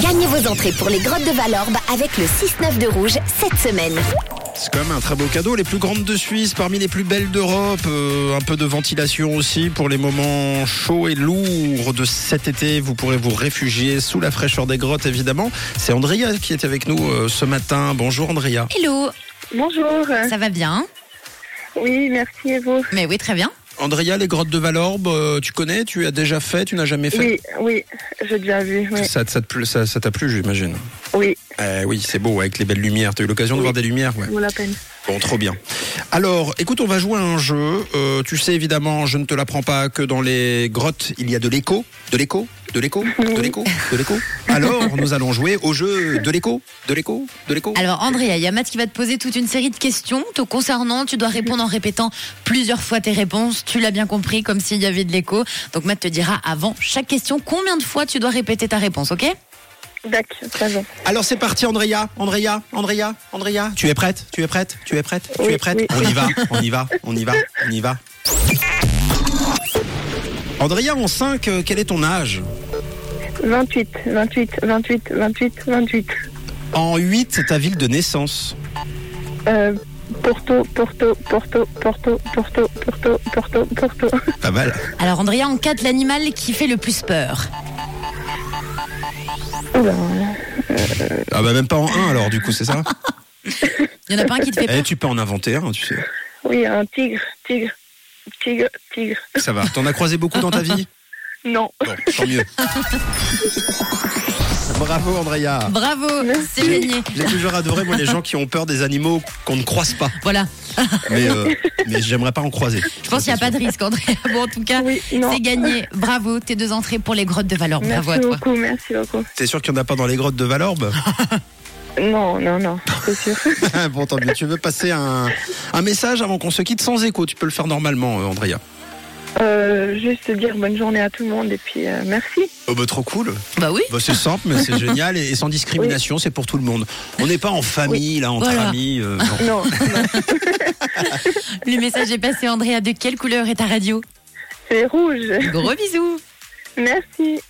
Gagnez vos entrées pour les grottes de Valorbe avec le 6-9 de rouge cette semaine. C'est quand même un très beau cadeau. Les plus grandes de Suisse, parmi les plus belles d'Europe. Euh, un peu de ventilation aussi pour les moments chauds et lourds de cet été. Vous pourrez vous réfugier sous la fraîcheur des grottes, évidemment. C'est Andrea qui est avec nous euh, ce matin. Bonjour Andrea. Hello, Euh. Bonjour. ça va bien Oui, merci et vous Mais oui, très bien. Oh. Andrea, les grottes de Valorbe, euh, tu connais Tu as déjà fait Tu n'as jamais fait Oui, oui, j'ai déjà vu. Oui, Ça ça te plu- ça- ça t'a plu, j'imagine. oui Eh oui, c'est beau avec les belles lumières. Tu as eu l'occasion de Oui. voir des lumières, ouais. vaut la peine. Bon, trop bien. Alors, écoute, on va jouer à un jeu. Euh, tu sais, évidemment, je ne te l'apprends pas que dans les grottes, il y a de l'écho. De l'écho De l'écho De l'écho De l'écho Alors, nous allons jouer au jeu de l'écho De l'écho De l'écho Alors Andrea, il y a Matt qui va te poser toute une série de questions te concernant. Tu dois répondre en répétant plusieurs fois tes réponses. Tu l'as bien compris, comme s'il y avait de l'écho. Donc Matt te dira avant chaque question combien de fois tu dois répéter ta réponse, ok D'accord, très bien. Alors, c'est parti, Andrea. Andrea, Andrea, Andrea. Tu es prête Tu es prête Tu es prête Tu Oui, es prête oui. On y va, on y va, on y va, on y va. Andrea, en 5, quel est ton âge 28, 28, 28, 28, 28. En 8, ta ville de naissance Euh, Porto, Porto, Porto, Porto, Porto, Porto, Porto, Porto. Pas mal. Alors Andrea, en 4, l'animal qui fait le plus peur. Oula, Ah bah même pas en un alors du coup c'est ça Il y en a pas un qui te fait peur. Eh tu peux en inventer un tu sais. oui, un tigre, tigre, tigre, tigre. Ça va. T'en as croisé beaucoup dans ta vie Non. Bon, tant mieux. Bravo Andrea. Bravo, c'est gagné. J'ai toujours adoré moi les gens qui ont peur des animaux qu'on ne croise pas. Voilà, Mais, euh, mais j'aimerais pas en croiser. je pense qu'il n'y a pas de risque, Andrea. Bon, en tout cas, Oui, non. c'est gagné. Bravo, tes deux entrées pour les grottes de Valorbe. Bravo à Merci toi. beaucoup, merci beaucoup. T'es sûr qu'il n'y en a pas dans les grottes de Valorbe Non, non, non, c'est sûr. Bon tant mieux. Tu veux passer un, un message avant qu'on se quitte sans écho Tu peux le faire normalement euh, Andrea. Euh, juste dire bonne journée à tout le monde et puis euh, merci. Oh bah trop cool. Bah oui. Bah, c'est simple mais c'est génial et, et sans discrimination c'est pour tout le monde. On n'est pas en famille là entre Voilà. amis. euh, non. Non, non, Le message est passé, Andrea. De quelle couleur est ta radio c'est rouge. Gros bisous Merci.